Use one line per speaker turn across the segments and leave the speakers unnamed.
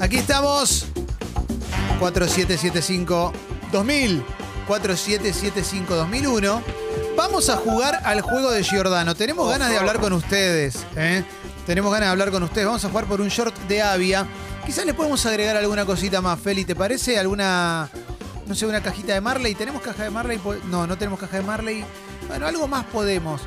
Aquí estamos. 4775 2000. 4775 2001. Vamos a jugar al juego de Giordano. Tenemos ganas de hablar con ustedes. ¿eh? Tenemos ganas de hablar con ustedes. Vamos a jugar por un short de Avia. Quizás le podemos agregar alguna cosita más, Feli. ¿Te parece? ¿Alguna, no sé, una cajita de Marley? ¿Tenemos caja de Marley? Po- No, no tenemos caja de Marley. Bueno, algo más podemos.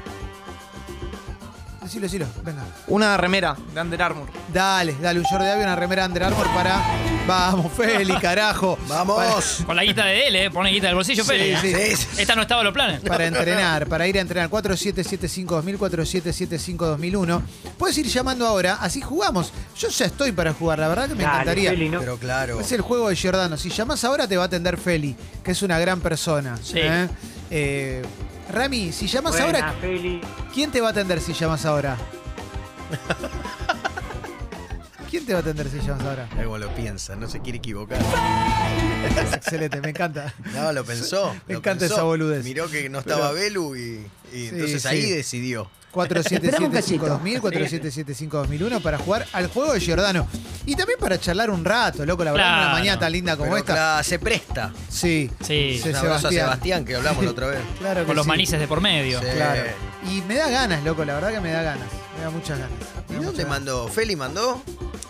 Decilo, decilo. Venga.
Una remera de Under Armour.
Dale, dale un short de Avia, una remera Under Armour para... Vamos, Feli, carajo.
Vamos.
Con la guita de él, ¿eh? Pone guita del bolsillo,
Sí,
Feli. ¿eh?
sí.
Sí, sí.
Esta no estaba en los planes.
para entrenar, para ir a entrenar. 4775-2000, 4775-2001. Puedes ir llamando ahora, así jugamos. Yo ya estoy para jugar, la verdad que me encantaría.
Pero claro.
Es el juego de Giordano. Si llamás ahora te va a atender Feli, que es una gran persona.
Sí.
¿eh? Eh, Rami, si llamas ahora, ¿quién te va a atender si llamas ahora? ¿Quién te va a atender si llamas ahora?
Algo lo piensa, no se quiere equivocar.
Es excelente, me encanta.
No, lo pensó.
Me
lo
encanta
pensó.
esa boludez.
Miró que no estaba Belu y, y entonces
sí.
ahí decidió.
4775-2000, 4775-2001 para jugar al juego de Giordano. Y también para charlar un rato, loco, la verdad, en una
Claro.
mañana tan linda como
Pero
esta.
claro, se presta.
Sí,
Sí.
Sí,
Un abrazo a
Sebastián.
Sebastián, que hablamos la otra vez.
claro que
Con los
sí.
manices de por medio.
Sí.
Claro. Y me da ganas, loco, la verdad que me da ganas. Me da muchas ganas.
¿Y
Me da
dónde
muchas ganas.
mandó? ¿Feli mandó?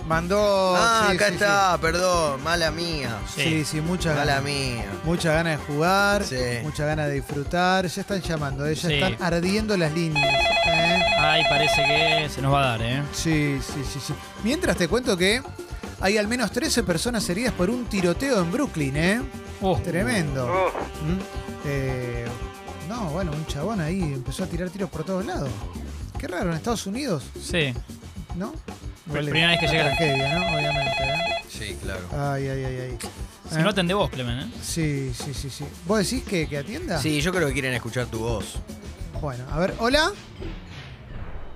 Mandó.
ah,
sí,
acá
sí,
está, perdón. Mala mía.
Sí, sí, sí, muchas
Mala
ganas.
mía.
Muchas ganas de jugar,
Sí.
muchas ganas de disfrutar. Ya están llamando, eh, ya
Sí.
están ardiendo las líneas. ¿eh?
Ay, parece que se nos va a dar, ¿eh?
Sí, sí, sí, sí. Mientras te cuento que hay al menos 13 personas heridas por un tiroteo en Brooklyn, ¿eh?
Uh,
Tremendo. ¿Mm? Eh, no, bueno, un chabón ahí empezó a tirar tiros por todos lados. Qué raro, en Estados Unidos,
sí.
¿no?
Pr- primera vez que
una
llega la-
tragedia, ¿no? Obviamente, ¿eh?
Sí, claro.
Ay, ay, ay, ay.
Se
¿Eh?
notan de vos, Clemen, ¿eh?
Sí, sí, sí, sí. ¿Vos decís que, que atienda?
Sí, yo creo que quieren escuchar tu voz.
Bueno, a ver, hola,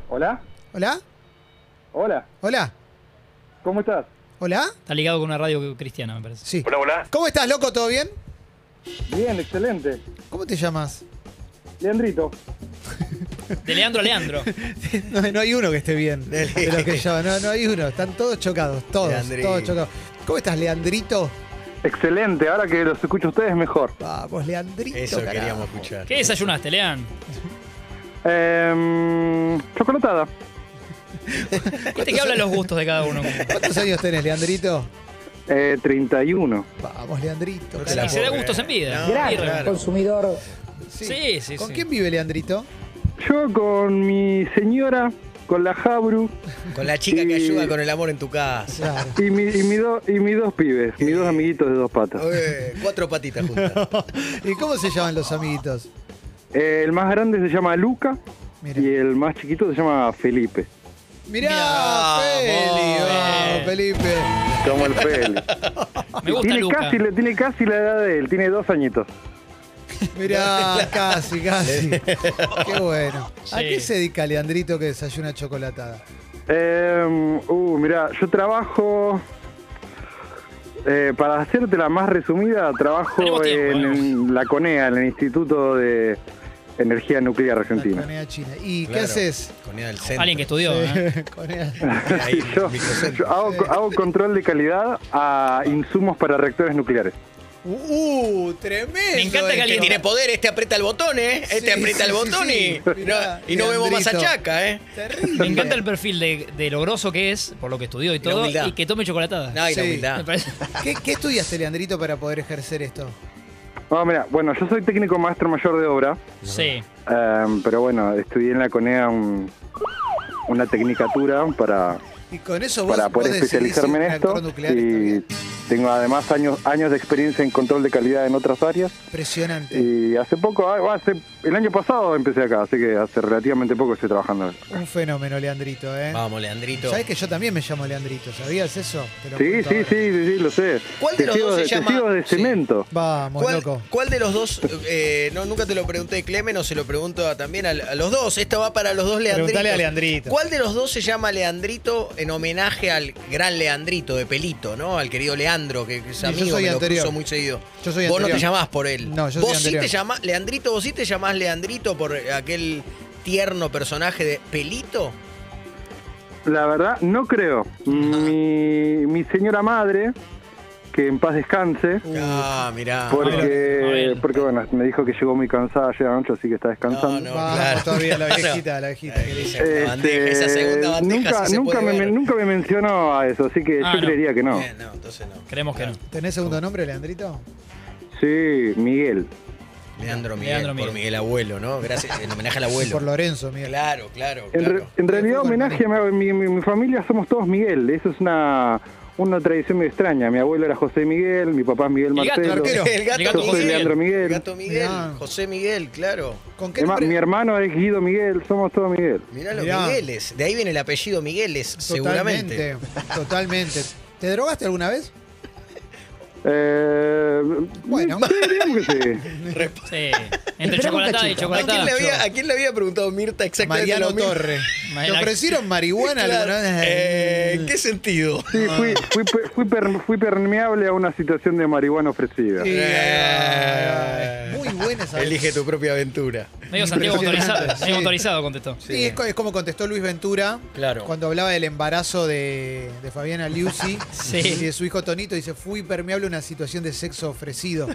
Hola,
hola,
hola,
hola,
¿cómo estás?
hola.
Está ligado con una radio cristiana, me parece.
Sí. Hola, hola. ¿Cómo estás, loco? ¿Todo bien?
Bien, excelente.
¿Cómo te llamas?
Leandrito,
De Leandro a Leandro.
No, no hay uno que esté bien de los que yo. No, no hay uno. Están todos chocados. Todos.
Leandri.
Todos chocados. ¿Cómo estás, Leandrito?
excelente. Ahora que los escucho a ustedes, mejor.
Vamos, Leandrito.
Eso
carajo.
queríamos escuchar.
¿Qué desayunaste, Lean?
Em, chocolatada,
Viste que habla los gustos de cada uno.
¿Cuántos años tenés, Leandrito?
eh, 31.
Vamos, Leandrito.
No te
Y
carajo.
se da
puedo
gustos en
creer.
vida.
No,
Birra.
claro.
consumidor.
Sí, sí,
¿Con
sí.
quién vive Leandrito?
Yo con mi señora, con la Jabru
Con la chica que
Y-
ayuda con el amor en tu casa.
Claro.
y, mi, y, mi do- y mis dos pibes, mis dos amiguitos de dos patas.
Eh, cuatro patitas juntas.
¿Y cómo se llaman los amiguitos?
Eh, el más grande se llama Luca
Mira.
y el más chiquito se llama Felipe.
Mirá,
Mirá,
Feli,
vos,
vamos,
eh.
Felipe.
Como el Feli.
Me gusta
tiene,
Luca.
Casi, la- tiene casi la edad de él, tiene dos añitos.
Mirá, casi, casi. Qué bueno. ¿A
Sí.
qué se dedica Leandrito que desayuna chocolatada?
Eh, uh, mira, yo trabajo. eh, para hacerte la más resumida, trabajo
Tenemos tiempo,
en,
vamos.
la CONEA, en el Instituto de Energía Nuclear
La
Argentina.
conea china. ¿Y qué
Claro.
haces?
Con ella del centro.
Alguien que estudió, ¿eh?
Conea-
Ahí,
Yo,
microcentro.
yo hago, hago control de calidad a insumos para reactores nucleares.
Uh, tremendo.
Me encanta que
esto.
alguien
Tiene poder, este aprieta el botón, ¿eh? Este
Sí,
aprieta el
sí,
botón
sí,
y,
sí. Mirá,
y no vemos más a
Leandrito.
Chaca, ¿eh?
Terrible.
Me encanta el perfil de, de lo grosso que es, por lo que estudió y
la
todo,
humildad.
y que tome chocolatada.
No, y la
Sí.
humildad.
Me parece.
¿Qué, qué estudiaste, Leandrito, para poder ejercer esto?
No, mira, bueno, yo soy técnico maestro mayor de obra,
Sí.
eh, pero bueno, estudié en la CONEA un- una tecnicatura para,
Y con eso vos,
para poder
vos decidís
especializarme
si
en
un actor
esto.
nuclear está
Y
bien.
tengo además años, años de experiencia en control de calidad en otras áreas.
Impresionante.
Y hace poco, ah, hace, el año pasado empecé acá, así que hace relativamente poco estoy trabajando.
Un fenómeno, Leandrito, ¿eh?
Vamos, Leandrito.
¿Sabés que yo también me llamo Leandrito? ¿Sabías eso? Te lo
Sí,
cuento
sí, sí,
ahora.
sí, sí, lo sé.
¿Cuál de los
Testigos
dos se llama?
testigos de
Sí.
cemento.
Vamos,
¿Cuál,
loco.
cuál de los dos? eh, no, nunca te lo pregunté, Clemen, o se lo pregunto a- también a, a los dos. Esta va para los dos Leandritos.
Preguntale a Leandrito.
¿Cuál de los dos se llama Leandrito en homenaje al gran Leandrito de Pelito, ¿no? Al querido Leandro, que, que es
Sí, yo
amigo,
soy
me lo
anterior.
cruzo muy seguido.
Yo soy
Vos no
anterior.
te llamás por él.
No, yo soy
vos sí
anterior.
te llamás, Leandrito, vos sí te llamás Leandrito por aquel tierno personaje de Pelito.
La verdad, no creo.
Ah.
Mi, mi señora madre, que en paz descanse,
Ah, mirá.
Pues, porque,
Abel.
porque bueno, me dijo que llegó muy cansada ayer a la noche, así que está descansando.
No,
Vamos
claro.
todavía la viejita, la viejita.
Ahí Eh, dice, la
Este,
bandeja, esa segunda bandeja
nunca,
sí se
nunca,
puede
me,
ver.
nunca me mencionó a eso, así que
Ah,
yo
no.
creería que no.
Eh, no, entonces no.
Creemos que no.
¿Tenés segundo nombre, Leandrito?
Sí, Miguel.
Leandro Miguel,
Leandro
por
Miguel.
Miguel Abuelo, ¿no? Gracias, en homenaje al abuelo.
Por Lorenzo, Miguel.
Claro, claro,
En, re-
claro.
en realidad, homenaje a mi, mi- mi familia, somos todos Miguel. Eso es una, una tradición muy extraña. Mi abuelo era José Miguel, mi papá es Miguel
El gato, el
Martelo.
arquero.
El gato,
El gato
Yo soy
Miguel.
Leandro
El
Miguel.
gato Miguel,
Mirá.
José Miguel, claro.
¿Con qué
Mi ma-
nombre?
mi hermano es Guido Miguel, somos todos Miguel.
Mirá los
Mirá.
Migueles. De ahí viene el apellido Migueles, seguramente.
Totalmente, Totalmente. ¿Te drogaste alguna vez?
Eh,
Bueno.
sí, digamos que sí.
Sí. Entre chocolatada y
¿A quién,
chocolatada.
le había, a quién le había preguntado Mirta exactamente
Mariano
lo mismo?
Torre. ¿Te
Mariano-
ofrecieron marihuana
Claro.
alguna vez?
Eh, ¿En qué sentido?
Sí, fui,
Ah.
fui, pe- fui, per- fui permeable a una situación de marihuana ofrecida.
Sí,
Eh.
Muy buena esa.
Elige tu propia aventura.
Medio Santiago motorizado.
Impresionante, sí.
Medio motorizado contestó.
Sí, es, co- es como contestó Luis Ventura
Claro.
cuando hablaba del embarazo de, de Fabiana Liuzzi
Sí.
y de su hijo Tonito. Dice, fui permeable a una situación de sexo ofrecido.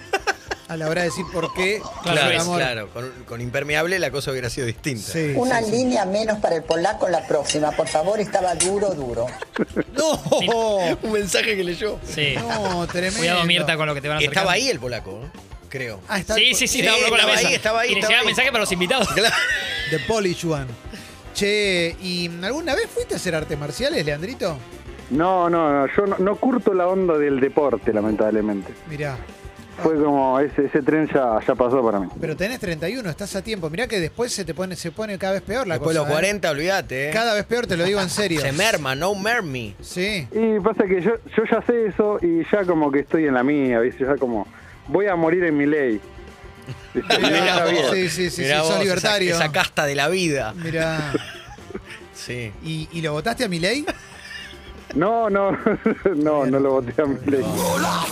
A la hora de decir por qué.
Claro,
el
es,
amor.
claro. Con, con impermeable la cosa hubiera sido distinta.
Sí,
Una
sí, sí.
línea menos para el polaco la próxima, por favor, estaba duro, duro.
¡No!
Un mensaje que leyó.
Sí.
No, tremendo.
Cuidado, Mirta, con lo que te van a hacer.
Estaba ahí el polaco, ¿eh? creo.
Ah, está
Sí, sí, sí,
Sí,
estaba con la
estaba
mesa.
ahí, estaba ahí,
Y le
estaba
llegaba
ahí.
mensaje para los invitados.
Claro.
The Polish One. Che, ¿y alguna vez fuiste a hacer artes marciales, Leandrito?
No, no, no, yo no, no curto la onda del deporte, lamentablemente.
Mirá,
Fue como, ese, ese tren ya, ya pasó para mí.
pero tenés 31, estás a tiempo. Mirá que después se te pone, se pone cada vez peor la
Después
cosa.
los
¿eh?
40, olvídate. ¿eh?
Cada vez peor, te lo digo en serio.
Se merma, no mermi.
Sí.
Y pasa que yo, yo ya sé eso y ya como que estoy en la mía, ¿viste? Ya como, voy a morir en mi ley. ¿Viste? Y
Mirá
está
vos, sí,
bien.
sí, sí, sí,
Mirá
sos
vos, esa-
libertario.
Esa, casta de la vida.
Mirá.
Sí.
¿Y, y lo votaste a Milei?
No, no, no, no lo voté a mi ley.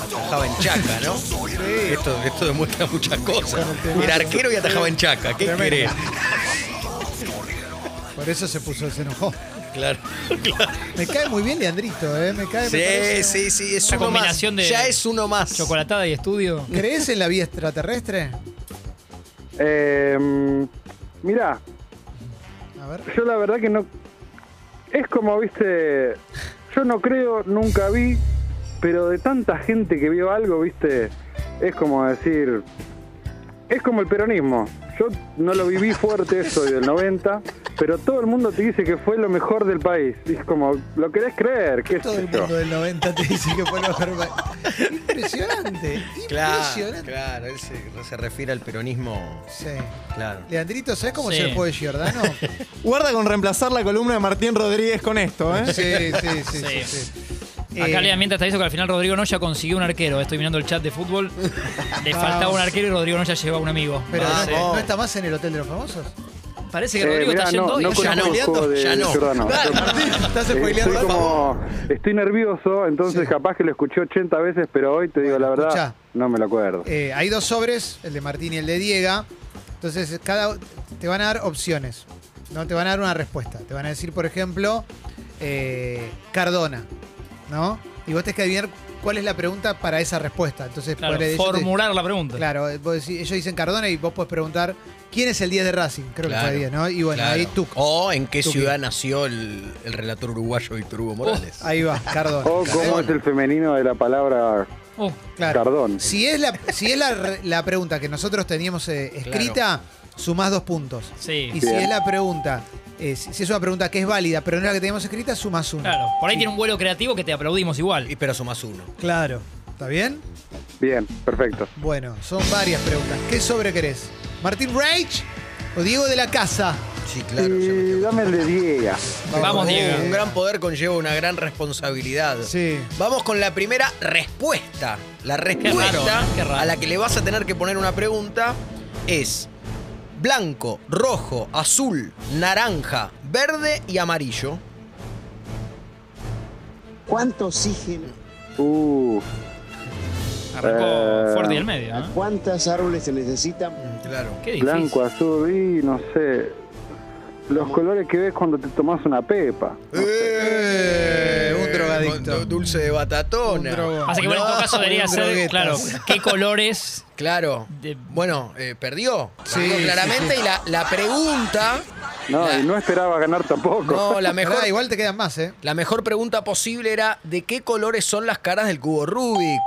Atajaba en chaca, ¿no? Esto, esto demuestra muchas cosas.
temazo.
Era arquero y atajaba en chaca. ¿Qué
Tremendo.
querés?
Por eso se puso, se enojó.
Claro, claro.
Me cae muy bien Leandrito, ¿eh? Me cae me
Sí,
parece-
sí, sí. Es
Esa
uno más.
combinación de-
Ya es uno más.
Chocolatada y estudio.
¿Crees en la vida extraterrestre?
Eh, mirá,
A ver.
Yo la verdad que no. Es como, viste. Yo no creo, nunca vi, pero de tanta gente que vio algo, viste. Es como decir. Es como el peronismo. Yo no lo viví fuerte, soy del 90, pero todo el mundo te dice que fue lo mejor del país. Y es como, ¿lo querés creer? ¿Qué
Todo
sé
el
yo?
mundo del 90 te dice que fue lo mejor. Impresionante.
Claro,
Impresionante.
claro. Él se, se refiere al peronismo.
Sí.
Claro.
Leandrito, ¿sabes cómo
Sí.
se le fue de Giordano?
Guarda con reemplazar la columna de Martín Rodríguez con esto, ¿eh?
Sí, sí, sí, sí.
Sí.
sí.
Acá
Eh,
le mientras hasta hizo que al final Rodrigo Noya consiguió un arquero. Estoy mirando el chat de fútbol. Le faltaba un arquero y Rodrigo Noya llevaba un amigo. Ah,
Pero no,
Vamos.
no está más en el Hotel de los Famosos.
Parece que
Eh,
Rodrigo
mirá,
está yendo
no,
hoy.
no
¿no?
Ya
conozco
no.
de
Ya no.
Giordano.
Claro.
Estás
Eh,
spoileando.
Estoy como, estoy nervioso, entonces
Sí.
capaz que lo escuché 80 veces, pero hoy te digo la
Bueno,
verdad,
escuchá.
no me lo acuerdo.
Eh, hay dos sobres, el de Martín y el de Diega. Entonces, cada te van a dar opciones. No te van a dar una respuesta. Te van a decir, por ejemplo, eh, Cardona, ¿no? Y vos tenés que adivinar cuál es la pregunta para esa respuesta. Entonces,
Claro,
ponele, ellos te-
formular la pregunta.
Claro, eh, vos decís- ellos dicen Cardona y vos podés preguntar quién es el 10 de Racing. Creo que
Claro,
fue 10, ¿no? Y bueno,
claro. Oh.
ahí tú.
O en qué
Tuki.
ciudad nació el, el relator uruguayo Víctor Hugo Morales.
Ahí va, Cardona.
Oh,
O cómo es el femenino de la palabra
Uh,
Claro.
cardón.
Si es la, si es la, re- la pregunta que nosotros teníamos eh, escrita, sumás dos puntos.
sí.
Y si
Bien.
es la pregunta, eh, si si es una pregunta que es válida, pero no es la que teníamos escrita, sumás uno.
Claro. Por ahí tiene un vuelo creativo que te aplaudimos igual.
Y pero sumás uno.
Claro. ¿Está bien?
Bien, perfecto.
Bueno, son varias preguntas. ¿Qué sobre querés? ¿Martín Reich o Diego de la Casa?
Sí, ya me
Y
estoy-
dame el de Diega.
Eh, Vamos, Diego.
Eh,
Un gran poder conlleva una gran responsabilidad.
Sí.
Vamos con la primera respuesta. La respuesta
raro, ¿eh? Qué raro.
a la que le vas a tener que poner una pregunta es blanco, rojo, azul, naranja, verde y amarillo.
¿Cuánto oxígeno?
Uh,
Arrancó
Eh,
fuerte y al medio. ¿eh?
¿A cuántos árboles se necesitan?
Claro.
Qué difícil.
blanco, azul y no sé. los colores que ves cuando te tomás una pepa.
Eh, un
Con
drogadicto.
du- Dulce de
Un
batatona.
drogón.
Así que bueno, en
No,
todo caso debería
un
ser,
droguetas.
claro, qué colores.
Claro.
De-
Bueno, eh, perdió.
Sí,
Perdió
sí,
claramente. Y la, la pregunta.
No,
la,
y no esperaba ganar tampoco.
no, la mejor.
Pará, igual te quedan más, ¿eh?
La mejor pregunta posible era: ¿de qué colores son las caras del cubo Rubik?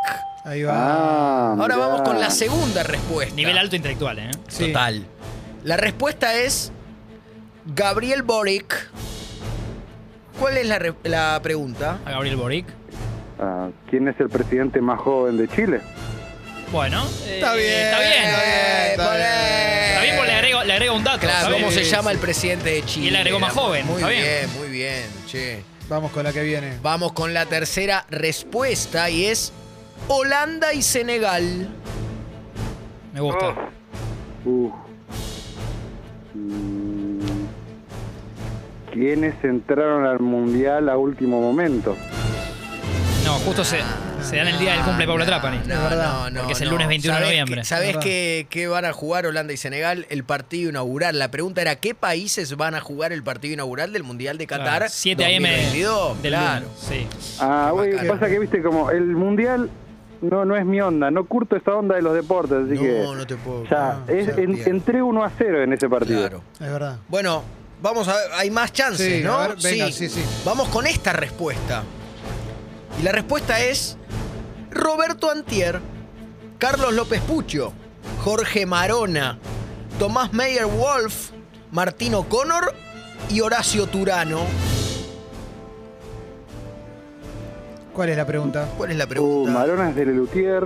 Ahí va.
Ah,
Ahora
mirá.
vamos con la segunda respuesta.
Nivel alto intelectual, ¿eh?
Sí.
Total. La respuesta es Gabriel Boric. ¿Cuál es la, re- la pregunta?
A Gabriel Boric.
Ah, ¿Quién es el presidente más joven de Chile?
Bueno. eh,
Está bien, está
Está bien.
bien.
por él.
Está bien, porque le agrego, le agrego un dato.
Claro,
¿sabes?
¿cómo se llama el presidente de Chile?
Y él agregó más joven,
Muy
está
bien,
bien.
muy bien, che.
Vamos con la que viene.
Vamos con la tercera respuesta y es Holanda y Senegal.
Me gusta.
Uf. Mm. ¿Quiénes entraron al mundial a último momento?
No, justo se, se dan el día del cumple de Paula Trapani.
Ah. No, no, no.
Porque es el
no.
lunes 21 de
¿Sabés
noviembre.
que- ¿Sabés
Verdad.
qué qué van a jugar Holanda y Senegal? El partido inaugural. La pregunta era: ¿qué países van a jugar el partido inaugural del Mundial de
Claro,
Qatar?
7 AM
2022?
del
claro.
lunes, Sí.
Ah, güey,
bacán.
pasa que viste como el mundial no, no es mi onda, no curto esta onda de los deportes, así que
No, no te puedo.
ya,
no,
es-
ya,
en-
bien.
entré 1 a 0 en ese partido.
Claro.
Es verdad.
Bueno, vamos a ver, hay más chances,
Sí,
¿no?
a ver, venga, sí, sí.
Vamos con esta respuesta. Y la respuesta es Roberto Antier, Carlos López Pucho, Jorge Marona, Tomás Meyer Wolf, Martino Connor y Horacio Turano.
¿Cuál es la pregunta?
¿Cuál es la
Uh,
pregunta?
Marona es de Lelutier,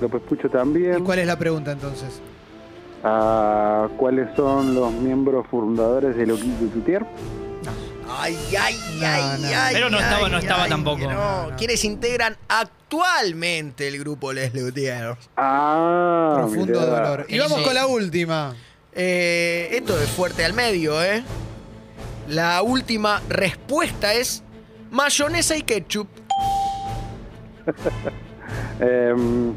López Pucho
¿Y
también.
cuál es la pregunta entonces?
Ah, ¿Cuáles son los miembros fundadores de Lelutier?
Ay, ay, ay,
No, no.
ay.
Pero no estaba- no
ay,
estaba
ay,
tampoco.
No,
No, no.
quienes integran actualmente el grupo Les Luthiers.
Ah,
Profundo
mirá.
dolor. Y vamos con la última.
Eh, esto es fuerte al medio, ¿eh? La última respuesta es mayonesa y ketchup.
Em,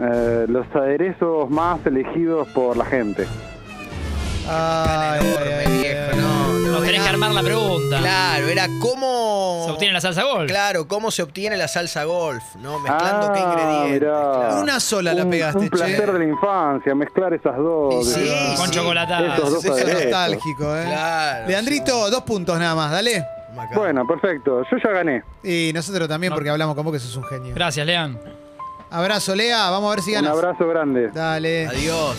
eh, los aderezos más elegidos por la gente.
Ay,
Enorme,
ay, ay,
viejo,
ay.
no, no,
Nos
era-
tenés que armar la pregunta.
Claro, era cómo...
Se obtiene la salsa gol.
Claro, cómo se obtiene la salsa golf, ¿no? Mezclando
Ah,
qué ingredientes.
mirá.
claro.
Una sola la
un,
pegaste,
un placer
che.
de la infancia, mezclar esas dos.
Y sí,
Ah,
Con
sí.
chocolatada.
Esos dos
Eso es
aderezos.
nostálgico, ¿eh?
Claro,
Leandrito, dos puntos nada más, dale.
Macabro.
Bueno, perfecto. Yo ya gané.
Y nosotros también,
No.
porque hablamos con vos que sos un genio.
Gracias, Lean.
Abrazo, Lea. Vamos a ver si
Un
ganas.
abrazo grande.
Dale.
Adiós.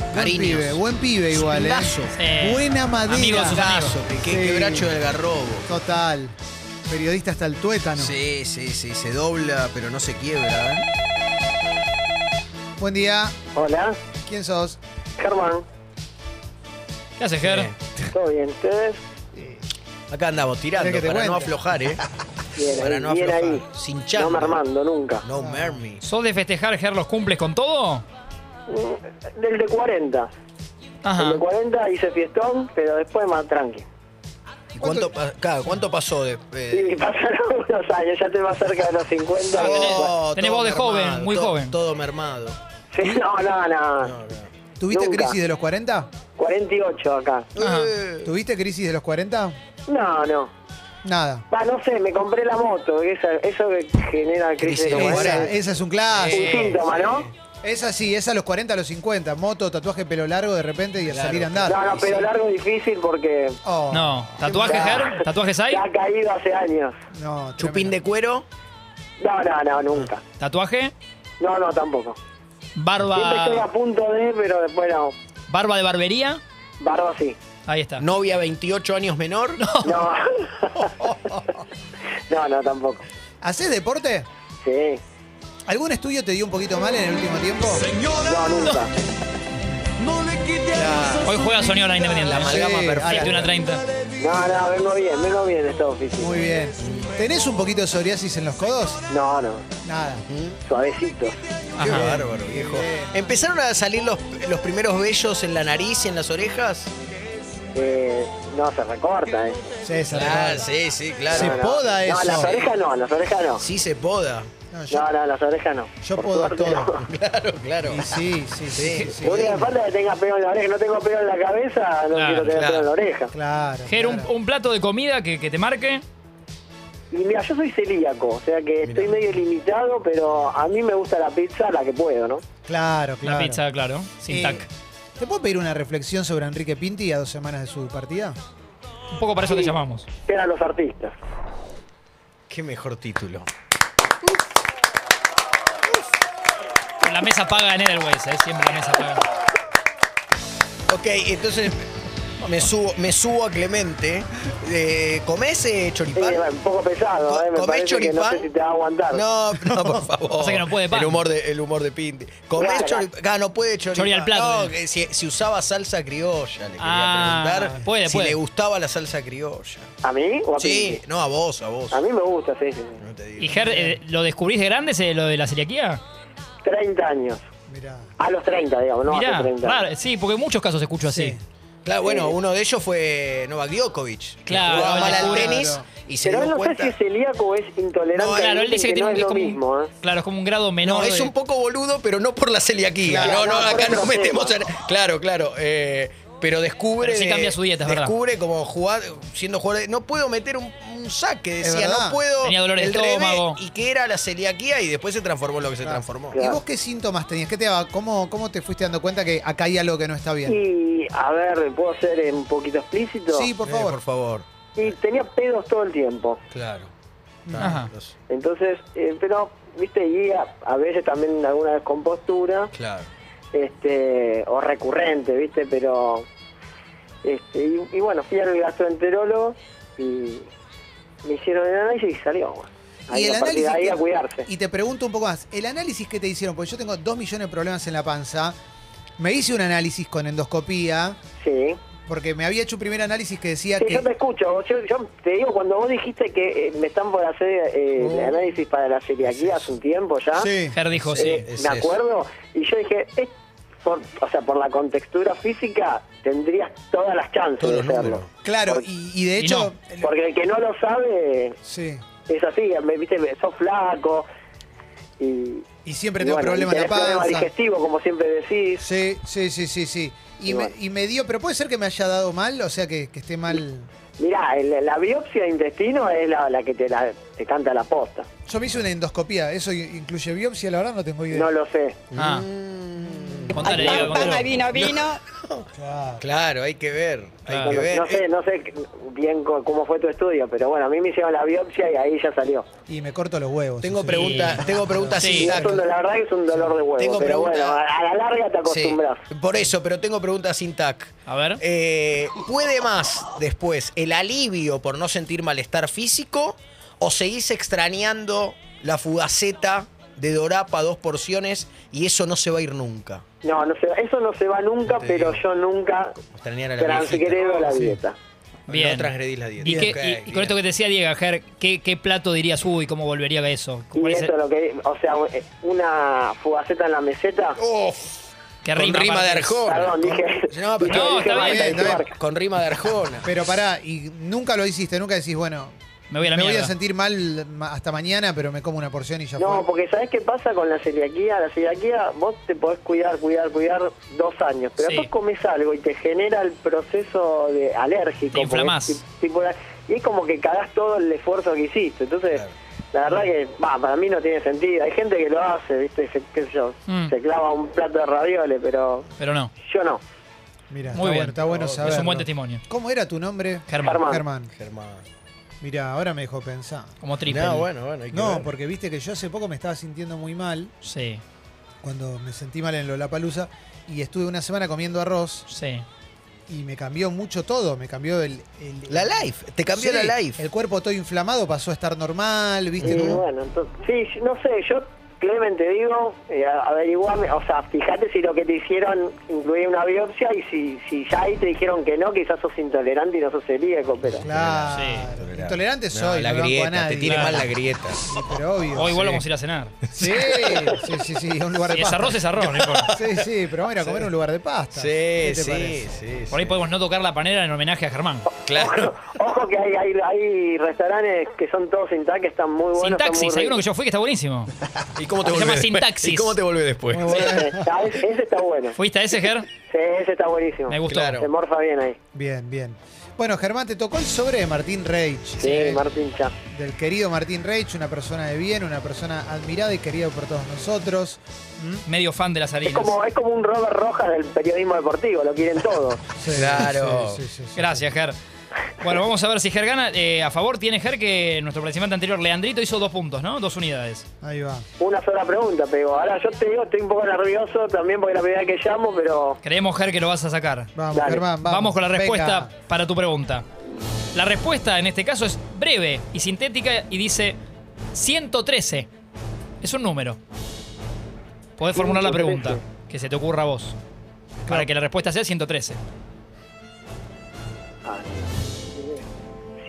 Buen
Cariño.
pibe, buen pibe igual, ¿eh?
Lazo.
Sí.
Buena madera.
Amigos, sus amigos.
Lazo, que- que-
Sí.
Quebracho del garrobo.
Total. Periodista hasta el tuétano.
Sí, sí, sí. Se dobla, pero no se quiebra, ¿eh?
Buen día.
Hola,
¿Quién sos?
Germán,
¿Qué haces, Ger?
Bien.
¿todo bien? ¿Ustedes?
Acá andamos tirando
¿Querés que
para
te
no
cuente?
aflojar, ¿eh?
Bien
para
ahí,
no
bien
aflojar.
ahí.
Sin
No
chamba.
me armando nunca.
No mermi.
¿Sos de festejar, Ger, los cumples con todo?
Mm, Del de 40. El
Ajá.
de 40 hice fiestón, pero después más tranqui.
¿Y cuánto, pa- claro, ¿cuánto pasó de.? eh, Ah,
Y pasaron unos años, ya te vas cerca de los 50.
todo-
tenés
todo
voz de joven, muy
todo-
joven.
Todo mermado.
Sí, no, no, no.
No, no.
¿Tuviste
Nunca.
crisis de los 40?
48 acá.
Ajá.
Eh,
¿Tuviste crisis de los 40?
No, no.
Nada.
Va, no sé, me compré la moto, que esa, eso que genera
Crisis
crisis de
de
los
Esa,
40.
esa es un clásico.
Un
Eh,
síntoma, ¿no?
Esa sí, esa a los 40, a los 50. Moto, tatuaje, pelo largo de repente y a
Claro.
salir a andar.
No, no, pero largo es difícil porque
Oh,
No. ¿Tatuajes, Ger? ¿Tatuajes hay?
ya ha caído hace años.
no,
Chupín
tremendo.
de cuero.
No, no, no, nunca.
¿Tatuaje?
No, no, tampoco. Siempre estoy a
¿Barba
punto de, pero después no.
barba de barbería?
Barba sí.
Ahí está.
Novia 28 años menor.
No. no, no, tampoco.
¿Hacés deporte?
Sí.
¿Algún estudio te dio un poquito mal en el último tiempo?
No, nunca.
Hoy juega Soñora Independiente.
La amalgama
Sí,
perfecta.
ala.
21-30.
No, no, vengo bien, vengo bien de estado físico.
Muy bien. ¿Tenés un poquito de psoriasis en los codos?
No, no.
Nada.
Suavecito.
Qué bárbaro, viejo. ¿Empezaron a salir los, los primeros vellos en la nariz y en las orejas?
Eh, No, se recorta, ¿eh?
Sí, se
Ah,
recorta.
sí, sí, claro.
Se
No, no.
poda
No,
eso.
las orejas no, las orejas no.
Sí se poda.
No, yo-
No, no, las orejas no.
Yo
Por
puedo
suerte,
todo.
no.
Claro, claro.
Y sí, sí, sí, sí, sí.
Lo único que me falta es que tenga pelo en la oreja. No tengo pelo en la cabeza, no
Claro,
quiero tener
claro.
pelo en la oreja.
Claro.
Ger, un,
claro.
un plato de comida que, que te marque.
Y mira, yo soy celíaco, o sea que estoy medio limitado, pero a mí me gusta la pizza, la que puedo, ¿no?
Claro,
La
claro.
pizza, claro. Sin
Eh,
tac.
¿Te puedo pedir una reflexión sobre Enrique Pinti a dos semanas de su partida?
Un poco para eso te llamamos.
Eran los artistas.
Qué mejor título.
Pero La mesa paga en Edelweiss, ¿eh? siempre la mesa paga.
Ok, entonces me subo, me subo a Clemente. Eh, ¿Comés eh,
Sí,
choripán?
un poco pesado, ¿eh? Me
¿Comés
parece que no
choripán?
sé si te va a aguantar.
No, no, por favor.
Pasa que no puede pan.
El humor de, el humor de Pinti. ¿Comés
Claro.
choripán? Ah, no puede choripán.
Chori al plato,
No,
digo.
que si, si usaba salsa criolla, le quería
Ah,
preguntar
puede,
si
puede.
le gustaba la salsa criolla.
¿A mí o a
Sí,
Pinti? Ah.
no, a vos, a vos.
A mí me gusta, sí, sí.
No te digo.
¿Y Ger, eh, lo descubrís de grande, ese- lo de la celiaquía?
30 años.
Mirá.
A los 30, digamos, no a
Mirá,
los 30.
raro, sí, porque en muchos casos escucho así.
Claro, bueno, uno de ellos fue Novak Djokovic. que
Eh. Claro,
Jugaba mal al
claro.
tenis y se
Pero
dio
no
cuenta.
sé si es celíaco o es intolerante.
No,
a
Claro, él
gluten,
dice que, tiene
no
un,
es lo
como un-
mismo, ¿eh?
Claro, es como un grado menor.
No, es
de-
un poco boludo, pero no por la celiaquía. no,
Claro,
no,
no, por
acá
otro
nos metemos en.
tema.
Claro, claro. eh, pero descubre.
Pero sí
de-
cambia su dieta, es verdad.
Descubre como jugar, siendo jugador. de- No puedo meter un, un saque,
Es
decía,
verdad.
no puedo.
Tenía dolor de
el revés,
estómago.
Y que era la celiaquía y después se transformó en lo que se transformó. Eh,
¿Y vos qué síntomas tenías? ¿Qué te daba? ¿Cómo, ¿Cómo te fuiste dando cuenta que acá hay algo que no está bien?
Y, a ver, ¿puedo ser eh, un poquito explícito?
Sí, por
Eh,
favor.
por favor.
Y tenía pedos todo el tiempo.
Claro.
Ajá.
Entonces, eh, pero, viste, y a, a veces también alguna descompostura,
Claro.
este, o recurrente, viste, pero. Este, y, y bueno, fui al gastroenterólogo y me hicieron el análisis y salió. bueno. Ahí, a partir de ahí
que-
a cuidarse.
Y te pregunto un poco más. El análisis que te hicieron, porque yo tengo dos millones de problemas en la panza. Me hice un análisis con endoscopía,
Sí.
porque me había hecho un primer análisis que decía
Sí,
que.
yo te escucho. Yo, yo te digo, cuando vos dijiste que eh, me están por hacer eh,
Oh.
el análisis para la celiaquía hace un tiempo ya,
Sí.
Ger dijo, sí.
eh,
es
me
eso.
acuerdo, y yo dije, es por, o sea, por la contextura física tendrías todas las chances
Todos
de
los
hacerlo.
números.
Claro,
Por-
y, y de hecho. el-
Porque el que no lo sabe
Sí.
es así, me, viste, me- sos flaco y...
Y siempre
y
tengo
bueno,
problemas
y
en la
tenés problemas
panza.
digestivos, como siempre decís.
Sí, sí, sí, sí, sí. Y,
Y
me,
bueno.
y me dio, pero puede ser que me haya dado mal, o sea, que, que esté mal.
Mirá, el- la biopsia de intestino es la, la que te, la, te canta la posta.
Yo me hice una endoscopía, ¿eso i- incluye biopsia? La verdad no tengo idea.
No lo sé.
Ah. Contale, Diego, contale.
vino, vino.
Claro.
Claro, hay que ver.
Claro.
Hay que
No,
ver. Eh,
no sé, no sé c- bien co- cómo fue tu estudio, pero bueno, a mí me hicieron la biopsia y ahí ya salió.
Y me corto los huevos.
Tengo
sí.
preguntas, tengo preguntas
Sí.
Y es un-
sintácticas.
la verdad que es un dolor de huevo,
Tengo
pero bueno,
pregunta-
a, a la larga te
Sí,
acostumbras.
por eso, pero tengo preguntas sin tac.
A ver.
Eh, ¿Puede más después el alivio por no sentir malestar físico o seguís extrañando la fugaceta de Dorapa dos porciones y eso no se va a ir nunca?
No, no se, va- eso no se va nunca,
Te
pero
digo.
yo nunca
Extrañar a la
transgredo
viejita.
la dieta.
Bien.
No transgredís la dieta.
¿Y, qué-
Ok,
y- y con
bien.
esto que te decía Diego, Ger, ¿qué, qué plato dirías, uy, cómo volvería a eso?
Y
¿Cuál es
eso
el-
es lo que, o sea, eh, una fugaceta en la meseta.
Oh, Uf,
qué
con rima de
aparte?
Arjona.
Perdón,
Con-
dije-
No,
No, pero
dije
está
basta
bien,
de
está bien.
marca.
con rima de Arjona.
Pero pará, y nunca lo hiciste, nunca decís, bueno,
Me voy a la
me voy
mierda.
a sentir mal ma- hasta mañana, pero me como una porción y ya
No,
fue.
porque ¿sabés qué pasa con la celiaquía? La celiaquía vos te podés cuidar, cuidar, cuidar dos años, pero
Sí.
después comes algo y te genera el proceso de alérgico.
Te inflamás.
porque es tipo- tipo- y es como que cagás todo el esfuerzo que hiciste. Entonces, la verdad que va, para mí no tiene sentido. Hay gente que lo hace, ¿viste? Se, qué sé yo,
Mm.
se clava un plato de ravioles, pero
Pero no.
yo no.
Mira, está
Muy bien.
bueno, está bueno
Es un
saberlo.
buen testimonio.
¿Cómo era tu nombre?
Germán.
Germán.
Germán.
Germán.
Mira, ahora me dejó pensar.
Como triple.
No, bueno, bueno. hay que
No,
ver.
porque viste que yo hace poco me estaba sintiendo muy mal
Sí,
cuando me sentí mal en Lollapalooza y estuve una semana comiendo arroz
sí.
y me cambió mucho todo, me cambió el... el-
La life. Te cambió
Sí,
la life.
El cuerpo todo inflamado pasó a estar normal, viste.
Y
como-
bueno, entonces, sí, no sé, yo Clemen, te digo, eh, averiguame, o sea, fíjate si lo que te hicieron incluía una biopsia y si, si ya ahí te dijeron que no, quizás sos intolerante y no sos celíaco, pero...
Claro.
Tolerante.
Intolerante
No,
soy,
la
no banco a
grieta,
nadie.
te tiene
Claro.
mal la grieta.
Sí, pero obvio.
O igual
sí.
vamos a ir a cenar.
Sí, sí, sí, sí, a un lugar de
Si es
pasta.
arroz, es arroz, no importa.
Sí, sí, pero vamos a ir a comer a un lugar de pasta.
Sí,
¿Qué te
sí,
parece?
sí.
Por ahí
sí.
podemos no tocar la panera en homenaje a Germán.
Claro.
Ojo que hay, hay, hay restaurantes que son todos sin tac, que están muy buenos.
Sin
están muy
taxis, hay uno que
ricos.
yo fui que está buenísimo.
¿Y cómo te
Se
volvés?
llama
después?
sintaxis.
¿Y cómo te volvés después?
Muy bueno.
Ese está, ese está bueno.
¿Fuiste a ese, Ger?
Sí, ese está buenísimo.
Me gustó.
Claro.
Se morfa bien ahí.
Bien, bien. Bueno, Germán, te tocó el sobre de Martín Reich. Eh,
Sí, Martín Cha.
Del querido Martín Reich, una persona de bien, una persona admirada y querida por todos nosotros.
Medio fan de las
Es
harinas.
como, es como un Robert Rojas del periodismo deportivo, lo quieren todos.
Sí,
Claro.
sí, sí, sí, sí.
Gracias, Ger. Bueno, vamos a ver si Ger gana. Eh, a favor tiene Ger que nuestro participante anterior, Leandrito, hizo dos puntos, ¿no? Dos unidades.
Ahí va.
Una sola pregunta, pero ahora yo te digo, estoy un poco nervioso también porque es la primera vez que llamo, pero
Creemos, Ger, que lo vas a sacar.
Vamos,
Dale.
Germán, vamos.
Vamos, con la respuesta
Venga.
para tu pregunta. La respuesta en este caso es breve y sintética y dice 113. Es un número. Podés formular la
113.
pregunta que se te ocurra a vos. Para que la respuesta sea 113.
ah,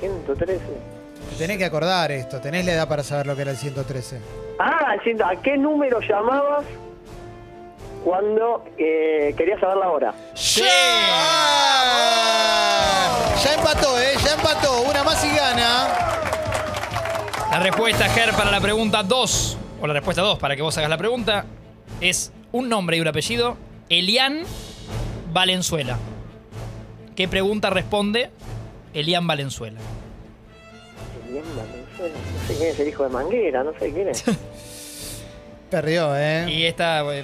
113.
Te Tenés que acordar esto, tenés la edad para saber lo que era el 113.
Ah, el 100, ¿a qué número llamabas cuando eh, querías saber la hora?
Ya empató, ¿eh? Ya empató. Una más y gana.
La respuesta, Ger, para la pregunta 2, o la respuesta 2 para que vos hagas la pregunta, es un nombre y un apellido, Elian Valenzuela. ¿Qué pregunta responde Elian Valenzuela?
Bien, Valenzuela. No sé quién es el hijo de Manguera, no sé quién es.
Perdió, ¿eh?
Y esta... eh,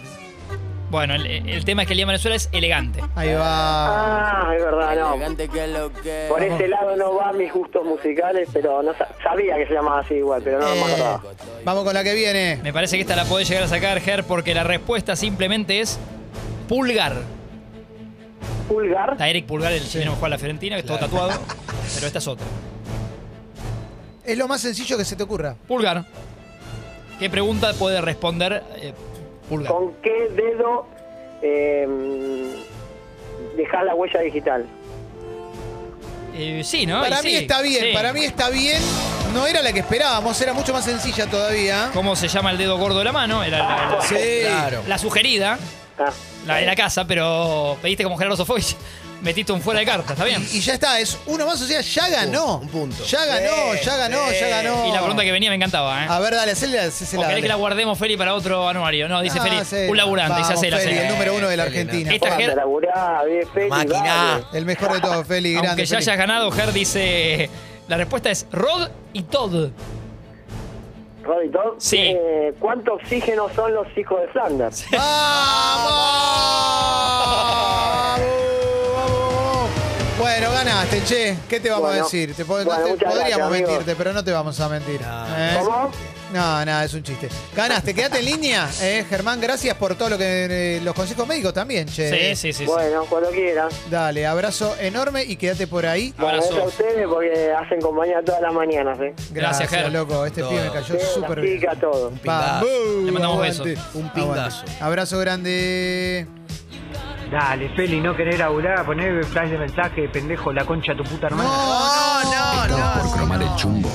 Bueno, el, el tema es que Elian Valenzuela es elegante.
Ahí va.
Ah, es verdad, no. Por ese lado no van mis gustos musicales, pero no sa- sabía que se llamaba así igual, pero no me
Eh,
acordaba.
vamos con la que viene.
Me parece que esta la podés llegar a sacar, Ger, porque la respuesta simplemente es pulgar.
Pulgar.
Está Eric Pulgar, el chileno que juega a la Fiorentina, que está todo tatuado, pero esta es otra.
Es lo más sencillo que se te ocurra.
Pulgar. ¿Qué pregunta puede responder eh, Pulgar?
¿Con qué dedo eh, dejar la huella digital?
Eh, sí, ¿no?
para
Y
mí
sí,
está bien,
sí.
para mí está bien. No era la que esperábamos, era mucho más sencilla todavía.
¿Cómo se llama el dedo gordo de la mano? Era la, la-
Sí.
Claro.
la sugerida,
Ah,
la de la casa, pero pediste como Gerardo Sofovich, metiste un fuera de carta, está bien.
Y ya está, es uno más, o sea, ya ganó.
un punto.
Ya ganó, ya ganó, ya ganó.
Y la pregunta que venía me encantaba, ¿eh?
A ver, dale, hacele, hacésela,
¿O querés que la
Ah, dale.
guardemos, Feli, para otro anuario? No, dice
Ah,
Feli,
hacela.
un laburante, y se
Vamos,
hace la
Feli, el
cena.
número uno de la
Feli, no.
Argentina.
Esta Ger,
laburá, bien, Feli,
Máquina.
dale.
El mejor de todos, Feli, grande.
aunque ya
Feli.
hayas ganado, Ger dice... La respuesta es Rod y Todd.
Roddy Todd,
Sí.
eh, ¿Cuánto oxígeno son los hijos de Flanders?
¡Vamos! ¡Vamos! Bueno, ganaste, che. ¿Qué te vamos a
Bueno.
decir? Te pod- no
Bueno,
te-
muchas
podríamos
gracias, amigo.
mentirte, pero no te vamos a mentir. ¿eh?
¿Cómo?
No, no, es un chiste. Ganaste, quédate en línea. eh, Germán, gracias por todo lo que eh, los consejos médicos también, che.
Sí, sí, sí. sí.
Bueno, cuando quieran.
Dale, abrazo enorme y quédate por ahí.
Abrazo.
Gracias a ustedes porque hacen compañía todas las mañanas. ¿eh?
Gracias, Ger.
loco. Este
Todo.
pibe me cayó
Ustedes,
súper
la
bien.
chica, todo.
Un pingazo.
Le mandamos besos.
Un pingazo.
Aguante. Abrazo grande.
Dale, Feli, no querés laburar, poner flash de mensaje, pendejo, la concha a tu puta hermana.
no, no. no, no.
Por cromar el chumbo.